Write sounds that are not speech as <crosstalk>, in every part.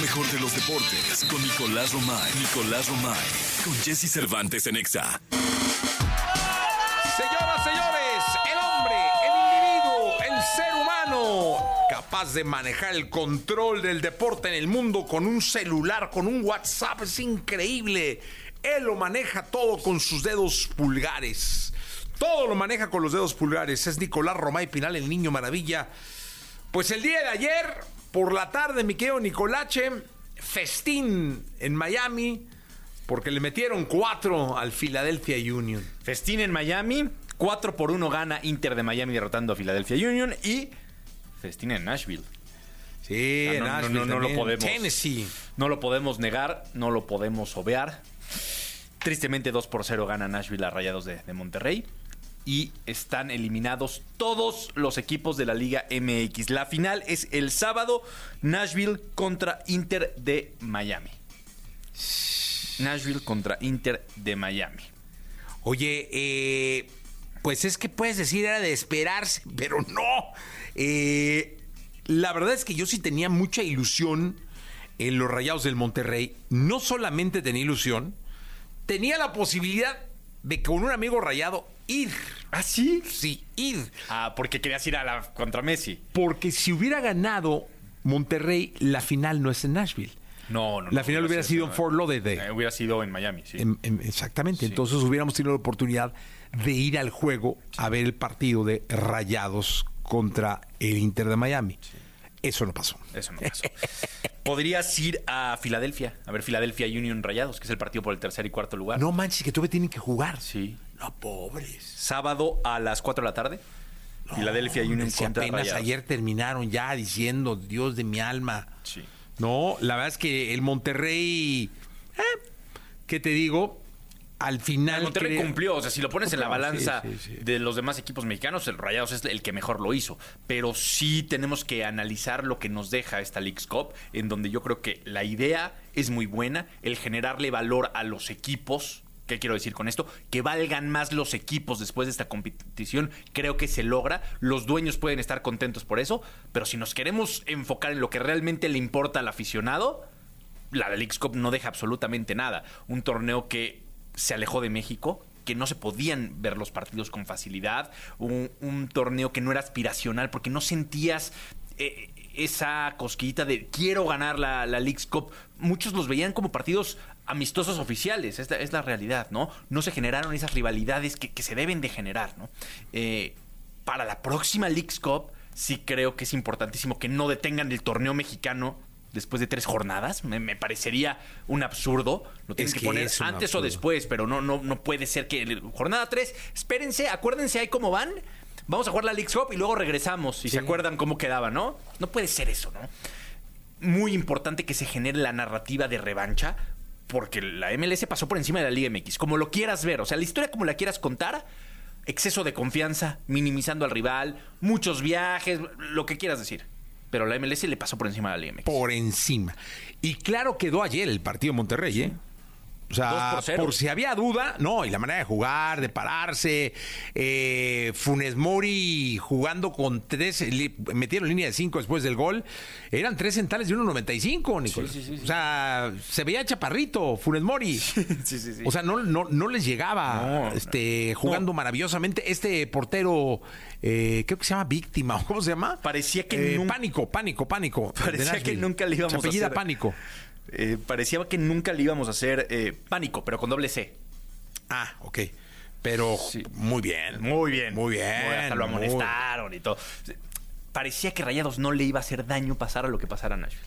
mejor de los deportes con Nicolás Romay. Nicolás Romay. Con Jesse Cervantes en Exa. Señoras, señores, el hombre, el individuo, el ser humano, capaz de manejar el control del deporte en el mundo con un celular, con un WhatsApp, es increíble. Él lo maneja todo con sus dedos pulgares. Todo lo maneja con los dedos pulgares. Es Nicolás Romay Pinal, el niño maravilla. Pues el día de ayer, por la tarde, mi querido Nicolache, festín en Miami, porque le metieron cuatro al Philadelphia Union. Festín en Miami. 4 por 1 gana Inter de Miami derrotando a Philadelphia Union. Y festín en Nashville. Sí, O sea, no, no, Nashville no, no lo también. podemos. Tennessee. No lo podemos negar, no lo podemos obviar. Tristemente 2 por 0 gana Nashville a Rayados de, de Monterrey. Y están eliminados todos los equipos de la Liga MX. La final es el sábado, Nashville contra Inter de Miami. Nashville contra Inter de Miami. Oye, eh, pues es que puedes decir era de esperarse, <laughs> pero no. Eh, la verdad es que yo sí tenía mucha ilusión en los Rayados del Monterrey. No solamente tenía ilusión, tenía la posibilidad de con un amigo rayado ir. ¿Ah, sí? Sí, ir. Ah, porque querías ir a la contra Messi. Porque si hubiera ganado Monterrey, la final no es en Nashville. No, no. La no, final hubiera sido en Fort Lauderdale. Eh, hubiera sido en Miami, sí. En- en- Em, exactamente. Entonces hubiéramos tenido la oportunidad de ir al juego a ver el partido de Rayados contra el Inter de Miami. Eso no pasó. Eso no pasó. Podrías ir a Filadelfia, a ver Filadelfia Union Rayados, que es el partido por el tercer y cuarto lugar. No manches, que todavía tienen que jugar. Sí. No, pobres. Sábado a las 4 de la tarde. Filadelfia Hombre, Union si contra apenas Rayados. ayer terminaron ya diciendo, Dios de mi alma. Sí. No, la verdad es que el Monterrey, eh, ¿qué te digo? Al final... El Monterrey creo- cumplió, o sea, si lo pones en la Cumplió, balanza sí, sí, sí. de los demás equipos mexicanos, el Rayados es el que mejor lo hizo. Pero sí tenemos que analizar lo que nos deja esta Leagues Cup, en donde yo creo que la idea es muy buena, el generarle valor a los equipos. ¿Qué quiero decir con esto? Que valgan más los equipos después de esta competición. Creo que se logra. Los dueños pueden estar contentos por eso. Pero si nos queremos enfocar en lo que realmente le importa al aficionado, la del X-Cup no deja absolutamente nada. Un torneo que se alejó de México, que no se podían ver los partidos con facilidad, un, un torneo que no era aspiracional porque no sentías eh, esa cosquillita de quiero ganar la, la Leagues Cup. Muchos los veían como partidos amistosos oficiales, es la, es la realidad, ¿no? No se generaron esas rivalidades que, que se deben de generar, ¿no? Eh, para la próxima Leagues Cup sí creo que es importantísimo que no detengan el torneo mexicano después de tres jornadas. Me, me parecería un absurdo. Lo tienes Es que, que poner es un antes o absurdo. después, pero no, no, no puede ser que el- jornada 3, espérense, acuérdense ahí cómo van. Vamos a jugar la Leagues Cup y luego regresamos. Y se acuerdan cómo quedaba, ¿no? No puede ser eso, ¿no? muy importante que se genere la narrativa de revancha. Porque la MLS pasó por encima de la Liga MX. Como lo quieras ver, o sea, la historia como la quieras contar, exceso de confianza, minimizando al rival, muchos viajes, lo que quieras decir. Pero la MLS le pasó por encima de la Liga MX. por encima. Y claro quedó ayer el partido de Monterrey, ¿eh? O sea, por, Dos por cero. si había duda, no, y la manera de jugar, de pararse, eh, Funes Mori jugando con tres, li- metieron línea de cinco después del gol, eran tres centales de 1.95, Nicolás. O sea, se veía chaparrito Funes Mori. <laughs> Sí, sí, sí. O sea, no, no, no les llegaba No, no. este, jugando maravillosamente. Este portero, eh, creo que se llama Víctima, <laughs> ¿o ¿cómo se llama? Eh, Parecía que nunca- Pánico, pánico, pánico. de Parecía que Nashville. nunca le íbamos Se a apellida hacer. Pánico. Eh, parecía que nunca le íbamos a hacer eh, pánico, pero con doble C. Ah, ok. Pero Sí. muy bien. Muy bien. Muy bien. Hasta lo muy- amonestaron y todo. Parecía que Rayados no le iba a hacer daño pasar a lo que pasara a Nashville.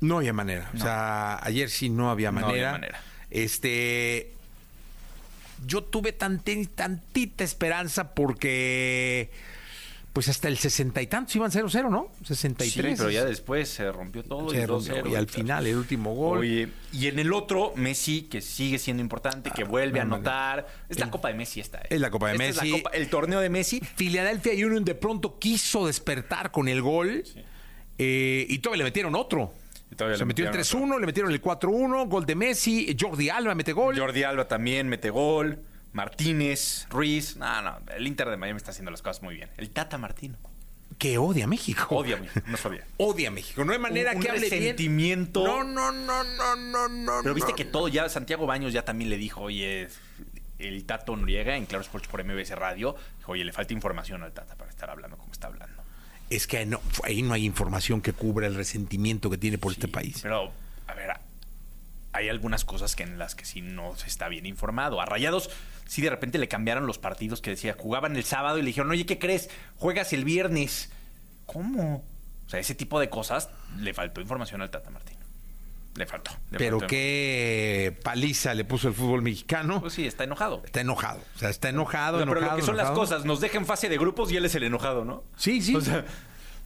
No había manera. O sea, ayer sí no había No manera. había manera. Este. Yo tuve tanti- tantita esperanza porque. Pues hasta el sesenta y tantos iban 0-0, ¿no? 63. Sí, pero ya después se rompió todo. Se y, rompió, 2-0, y al claro. final, el último gol. Oye, y en el otro, Messi, que sigue siendo importante, que vuelve a Ah, no, no. anotar. Es la Copa de Messi esta. ¿eh? es la Copa de Esta es la Messi. Copa- el torneo de Messi. Philadelphia Union de pronto quiso despertar con el gol eh, y todavía le metieron otro. Y Se todavía le metió el metieron 3-1, le metieron el 4-1, gol de Messi, Jordi Alba mete gol. Jordi Alba también mete gol. Martínez, Ruiz. No, no, el Inter de Miami está haciendo las cosas muy bien. El Tata Martino. que odia a México. Ódiame, no sabía. Odia a México. No hay <laughs> manera Un- un que hable resentimiento. bien. No, no, no, no, no, no. Pero viste no, que todo, ya Santiago Baños ya también le dijo, oye, el Tato Noriega en Claro Sports por MBS Radio, dijo, oye, le falta información al Tata para estar hablando como está hablando. Es que no- ahí no hay información que cubra el resentimiento que tiene por este Sí, país. Pero, a ver, hay algunas cosas que en las que sí no se está bien informado. A Rayados sí de repente le cambiaron los partidos que decía, jugaban el sábado y le dijeron, oye, ¿qué crees? Juegas el viernes. ¿Cómo? O sea, ese tipo de cosas le faltó información al Tata Martín. Le faltó. le Pero faltó. qué paliza le puso el fútbol mexicano. Pues sí, está enojado. está enojado. O sea, está enojado. No, pero lo enojado, que son las enojado. cosas, nos deja en fase de grupos y él es el enojado, ¿no? Sí, sí. O sea,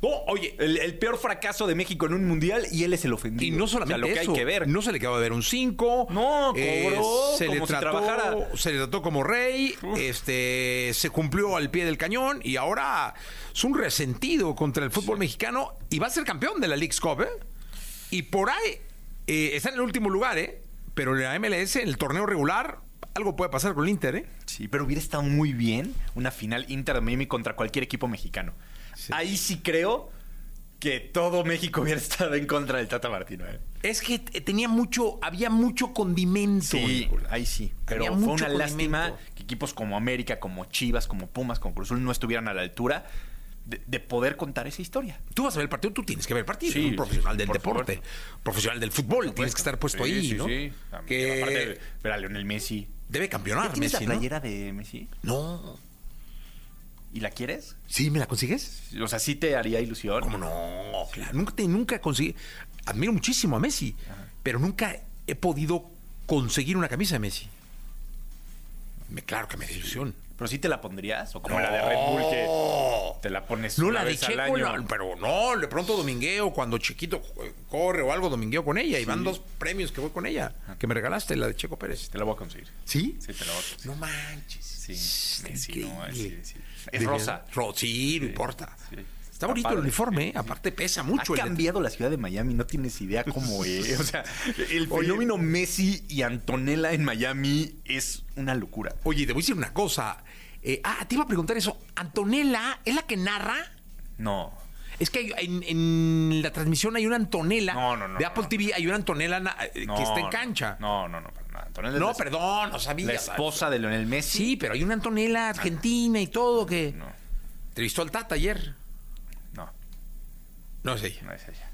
no, oye, el, el peor fracaso de México en un mundial y él es el Y ofendido. no solamente O sea, lo que eso, hay que ver. no se le acaba de ver un 5. No, cobró se le como si trató, trabajara. Se le trató como rey, este, se cumplió al pie del cañón y ahora es un resentido contra el fútbol mexicano y va a ser campeón de la League's Cup, ¿eh? Y por ahí eh, está en el último lugar, ¿eh? Pero en la MLS, en el torneo regular, algo puede pasar con el Inter, ¿eh? Sí, pero hubiera estado muy bien una final Inter de Miami contra cualquier equipo mexicano. Ahí sí creo que todo México hubiera <laughs> estado en contra del Tata Martino. ¿eh? Es que t- tenía mucho, había mucho condimento. Sí, Nicolás. ahí sí. Pero Había fue mucho una lástima condimento. que equipos como América, como Chivas, como Pumas, como Cruz Azul no estuvieran a la altura de- de poder contar esa historia. Tú vas a ver el partido, tú tienes que ver el partido. Sí, un profesional sí, del por deporte, profesional del fútbol, tienes que estar puesto Sí, ahí, sí, ¿no? Sí, Que que... aparte, ver a Lionel Messi. debe ¿Ya campeonar ¿Tienes Messi, la ¿no? playera de Messi? No. ¿Y la quieres? ¿Sí me la consigues? O sea, sí te haría ilusión. ¿Cómo no? Claro, nunca te nunca conseguí. Admiro muchísimo a Messi, pero nunca he podido conseguir una camisa de Messi. Me, claro que me da ilusión. ¿Pero sí te la pondrías? ¿O como la de Red Bull que te la pones No una la de vez al Checo, año? la- pero no, de pronto domingueo, cuando chiquito eh, corre o algo, domingueo con ella. Y van dos premios que voy con ella, que me regalaste, la de Checo Pérez. Te la voy a conseguir. ¿Sí? Sí, te la voy a conseguir. No manches. Sí, Está sí, sí, no, increíble. sí, sí. Es Debería- rosa. Ro- sí, no importa. sí. Está, Está bonito el padre. uniforme, ¿eh? aparte pesa mucho. ha el detalle. cambiado la ciudad de Miami, no tienes idea <laughs> cómo es. O sea, el Oye. fenómeno Messi y Antonella en Miami es una locura. Oye, te voy a decir una cosa. Eh, ah, te iba a preguntar eso. Antonella, ¿es la que narra? No. Es que hay- en, en la transmisión hay una Antonella No, no, no, de no, Apple no. TV, hay una Antonella na- eh, no, que está en no, cancha. No, No, no, no, para nada. Antonella es la- perdón, no sabía. La esposa de Leonel Messi. Sí, pero hay una Antonella argentina y todo que... No, Entrevistó al Tata ayer. no, No es ella. no es ella.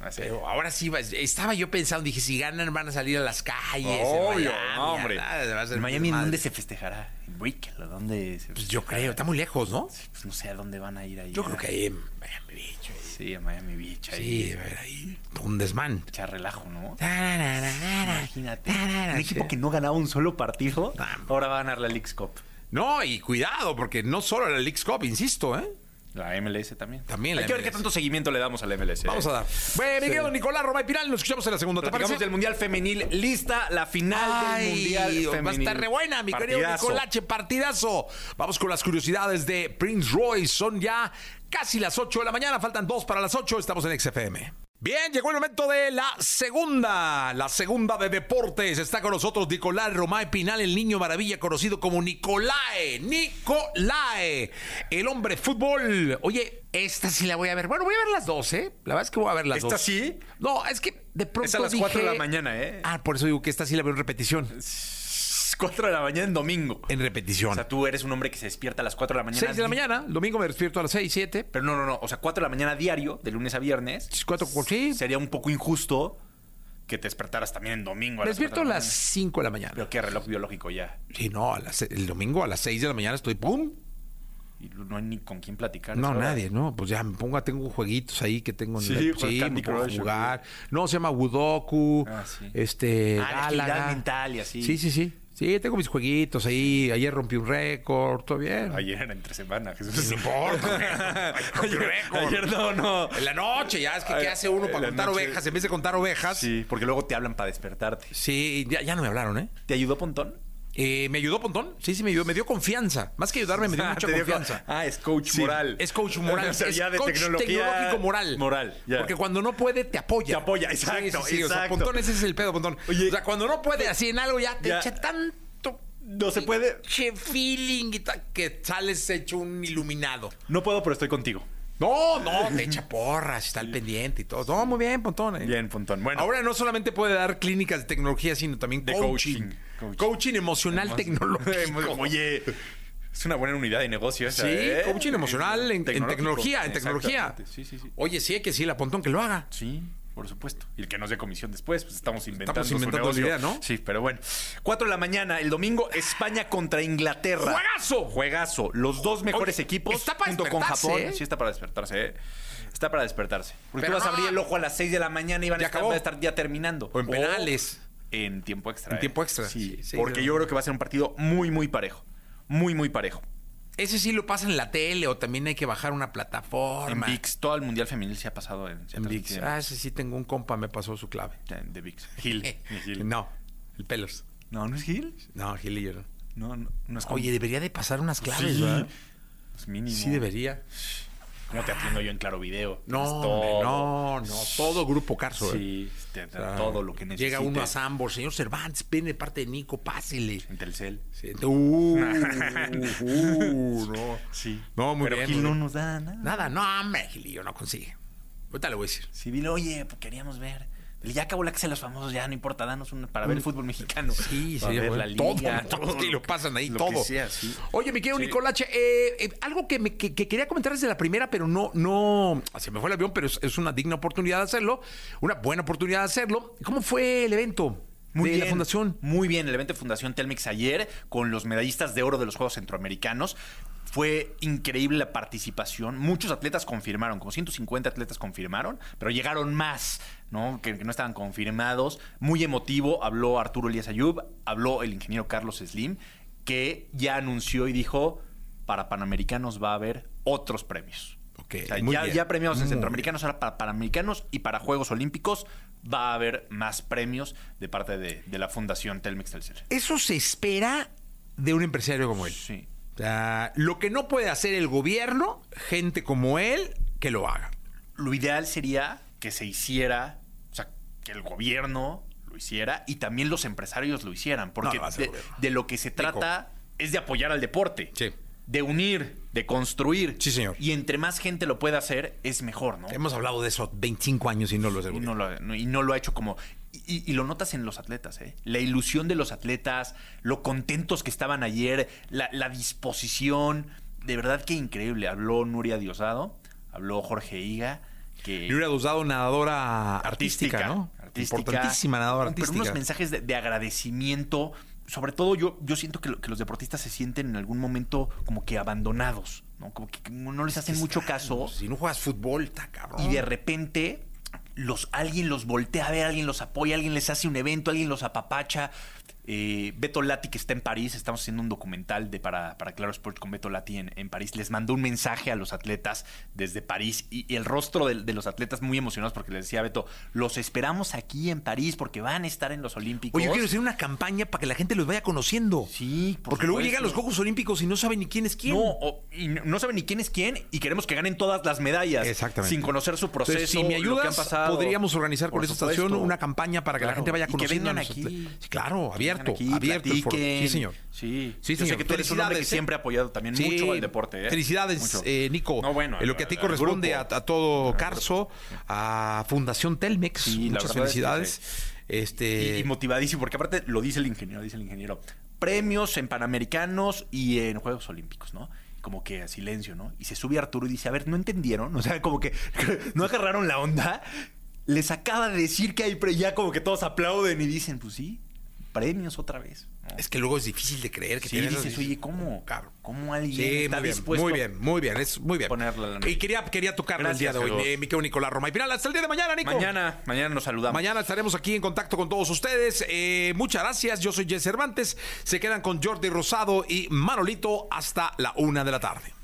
No es ella. Pero ahora sí, va- estaba yo pensando, dije, si ganan van a salir a las calles. en Obvio, Miami, no, hombre. ¿verdad? Va a ser ¿En Miami en desmadre. dónde se festejará? ¿En Brickell? ¿A ¿Dónde se Pues yo creo, está muy lejos, ¿no? Pues no sé a dónde van a ir ahí. Yo creo que ahí en Miami Beach. ahí. Sí, a Miami Beach. Ahí. Sí, debe haber ahí. Un desmán. Echar relajo, ¿no? Imagínate. Imagínate. Un equipo que no ganaba un solo partido, ahora va a ganar la Leagues Cup. No, y cuidado, porque no solo la League's Cup, insisto, ¿eh? La MLS también. También la Hay que ver MLS. qué tanto seguimiento le damos a la MLS. Vamos ¿eh? a dar. Bueno, mi Sí. querido Nicolás Romay Piral, nos escuchamos en la segunda. ¿Te Platicamos parece? del Mundial Femenil. Lista la final Ay, del Mundial Femenil. Va a estar re buena, mi querido Partidazo. Nicolache, partidazo. Vamos con las curiosidades de Prince Royce. Son ya casi las 8 de la mañana, faltan dos para las 8, estamos en XFM. Bien, llegó el momento de la segunda, la segunda de deportes. Está con nosotros Nicolás Romay Pinal, el niño maravilla conocido como Nicolae, Nicolae, el hombre fútbol. Oye, esta sí la voy a ver. Bueno, voy a ver las dos, ¿eh? La verdad es que voy a ver las ¿Esta dos. sí? No, es que de pronto Es a las 4 de dije- la mañana, ¿eh? Ah, por eso digo que esta sí la veo en repetición. 4 de la mañana en domingo. En O repetición. sea, tú eres un hombre que se despierta a las 4 de la mañana. 6 de la mañana, el domingo me despierto a las 6, 7. Pero no, no, no. O sea, 4 de la mañana diario, de lunes a viernes. Cuatro, cu- sí. Sería un poco injusto que te despertaras también en domingo. Me despierto a cuatro de la las 5 de la mañana. mañana. Pero qué reloj biológico ya. Sí, no, a las- el domingo a las 6 de la mañana estoy ¡pum! Y no hay ni con quién platicar. No, ¿sabes? nadie, no. Pues ya me pongo, tengo jueguitos ahí que tengo en Sí, el pues Candy me pongo a Crush, jugar. No, se llama Wudoku, Ah, sí. este, Ah, la agilidad Galaga. mental y así. Sí, sí, sí. Sí, tengo mis jueguitos ahí. Ayer rompí un récord, todo bien. Ayer era entre semana, Jesús. No <laughs> importa. ayer, ayer no, no. En la noche, ya es que ¿qué Ay, hace uno en para la contar noche. ovejas en vez de contar ovejas? Sí, Sí, porque luego te hablan para despertarte. ya, ya no me hablaron, ¿eh? ¿Te ayudó Pontón? Eh, me ayudó Pontón, sí, sí, me ayudó, me dio confianza. Más que ayudarme, me dio <laughs> Ah, mucha te dio- confianza. ah, es coach moral. Es coach moral, <laughs> O sea, es ya de coach tecnología- tecnológico moral. Moral, ya. Porque cuando no puede, te apoya. Te apoya, exacto, o sea, exacto. Pontón, ese es el pedo, Pontón. Oye, pues, o sea, cuando no puede, así en algo ya te ya. echa tanto... No se puede. Che feeling y tal, que sales hecho un iluminado. No puedo, pero estoy contigo. No, <laughs> no, te echa porras, está al pendiente y todo. No, muy bien, Pontón. eh. Bien, Pontón. Bueno, <laughs> Ahora no solamente puede dar clínicas de tecnología, sino también De coaching. coaching. Coaching, Coaching. emocional tecnológico. Oye, es una buena unidad de negocio esa. Sí, ¿eh? coaching emocional en, en Tecnológico. tecnología, en tecnología. Exactamente, Sí, sí, sí. Oye, sí hay que decirle a Pontón que lo haga. Sí, por supuesto. Y el que nos dé comisión después, pues estamos inventando, su inventando la negocio. idea, ¿no? Sí, pero bueno. 4 de la mañana, el domingo, España contra Inglaterra. ¡Juegazo! Juegazo. Los dos mejores Oye, equipos está para junto con despertarse, Japón. ¿eh? Sí, está para despertarse. ¿eh? Está para despertarse. Porque Pero tú vas no. a abrir el ojo a las 6 de la mañana y van a Ya estar, acabó. van a estar ya terminando. O en penales. En tiempo extra. En ¿eh? tiempo extra. Sí, Sí, sí, porque sí. yo creo que va a ser un partido muy, muy parejo. Muy, muy parejo. Ese sí lo pasa en la tele o también hay que bajar una En plataforma. VIX, todo el Mundial Femenil se ha pasado en, se ha En VIX. transmitido Ah, ese sí tengo un compa, me pasó su clave. Eh, en- de VIX. Gil. <laughs> mi Gil. No, el pelos. No, no es Gil. No, Gilillo. no. No, no, no es Oye, debería de pasar unas claves, sí. ¿verdad? Pues mínimo. Sí debería. ¿Cómo te atiendo yo en Claro Video? No, Tienes hombre, no, no. Todo grupo Carso. eh. Sí, te- te- O sea, todo lo que necesites. Llega uno a Sambor, señor Cervantes, viene de parte de Nico, pásele. En Telcel. Sí, <laughs> te- uh, uh, no. Sí. No, muy Pero bien, Gil muy no bien. nos da nada. <laughs> Nada, no, hombre, Gilillo, no consigue. Ahorita le voy a decir. Sí, dile, oye, pues queríamos ver. Dile, Ya acabó la que se los famosos, ya no importa, danos una para ver el fútbol mexicano. Mm. Sí, Para sí, ver bueno, la liga. <laughs> Todo, todo, <laughs> que y lo pasan ahí, lo todo. que sea, sí. Oye, mi querido Sí. Nicolache, eh, eh, algo que, me- que- que quería comentar desde la primera, pero no, no, se me fue el avión, pero es, es una digna oportunidad de hacerlo, una buena oportunidad de hacerlo. ¿Cómo fue el evento de la fundación? Muy bien, el evento de Fundación Telmex ayer con los medallistas de oro de los Juegos Centroamericanos. Fue increíble la participación. Muchos atletas confirmaron, como 150 atletas confirmaron, pero llegaron más, ¿no? Que, que no estaban confirmados. Muy emotivo, habló Arturo Elías Ayub, habló el ingeniero Carlos Slim, que ya anunció y dijo: para Panamericanos va a haber otros premios. Ok, O sea, muy ya, bien. Mm. ya premiados en Muy bien. Centroamérica americanos, ahora para Panamericanos y para Juegos Olímpicos va a haber más premios de parte de, de la Fundación Telmex Telcel. Eso se espera de un empresario como él. Sí. O sea, lo que no puede hacer el gobierno, gente como él, que lo haga. Lo ideal sería que se hiciera, o sea, que el gobierno lo hiciera y también los empresarios lo hicieran, porque lo va a hacer el de, gobierno. de lo que se trata es de apoyar al deporte. Sí. De unir, de construir. Sí, señor. Y entre más gente lo pueda hacer, es mejor, ¿no? Hemos hablado de eso 25 años y no lo Y aseguro. no, lo, no- y no lo ha hecho como... Y, y lo notas en los atletas, ¿eh? La ilusión de los atletas, lo contentos que estaban ayer, la, la disposición. De verdad que increíble. Habló Nuria Diosado, habló Jorge Higa, que... Le hubiera usado nadadora artística, ¿no? Artística. Importantísima nadadora Pero artística. unos mensajes de, de agradecimiento. Sobre todo, yo, yo siento que, lo- que los deportistas se sienten en algún momento como que abandonados, ¿no? Como que no les hacen mucho caso. Pues Si no juegas fútbol, está cabrón. y de repente los, alguien los voltea a ver, alguien los apoya, alguien les hace un evento, alguien los apapacha. Eh, Beto Lati, que está en París, estamos haciendo un documental de para, para Claro Sports con Beto Lati en, en París, les mandó un mensaje a los atletas desde París y, y el rostro de, de los atletas muy emocionados porque les decía Beto, los esperamos aquí en París porque van a estar en los Olímpicos. Oye, yo quiero hacer una campaña para que la gente los vaya conociendo. Sí, por Porque luego supuesto. llegan los Juegos Olímpicos y no saben ni quién es quién. No, o- y no no saben ni quién es quién y queremos que ganen todas las medallas. Exactamente. Sin conocer su proceso. Entonces, si me lo que han ayudas, pasado. podríamos organizar con Por esta estación supuesto. una campaña para que la Claro. gente vaya Y que conociendo. a vengan nuestros aquí. atletes. Sí, claro, abierto, Aquí, abierto. el foro. platiquen. Sí, señor. Sí, Sí, Yo señor. sé que tú eres un hombre que Felicidades, ¿eh? siempre ha apoyado también Sí. mucho al deporte. ¿eh? Felicidades, Mucho. eh, Nico. No, bueno, en lo que a ti al- al corresponde a, grupo. a todo Carso, a Fundación Telmex. Sí, Muchas la verdad es que felicidades. Y, Este, y motivadísimo, porque aparte lo dice el ingeniero, dice el ingeniero. Premios en Panamericanos y en Juegos Olímpicos, ¿no? Como que a silencio, ¿no? Y se sube Arturo y dice, a ver, ¿no entendieron? <laughs> O sea, como que no agarraron la onda. Les acaba de decir que hay, pre ya como que todos aplauden y dicen, pues sí, premios otra vez. ¿no? Es que luego es difícil de creer que Sí, tienes dices, esas- oye, ¿cómo? Cabrón. ¿Cómo alguien Sí, está muy bien, dispuesto muy bien, muy bien, es muy bien. ponerla en la y quería, quería tocarlo el día Gracias, de hoy, Jesús. eh, mi querido Nicolás Roma. Y final, hasta el día de mañana, Nico. Mañana, mañana nos saludamos. Mañana estaremos aquí en contacto con todos ustedes. Eh, muchas gracias. Yo soy Jess Cervantes. Se quedan con Jordi Rosado y Manolito hasta la una de la tarde.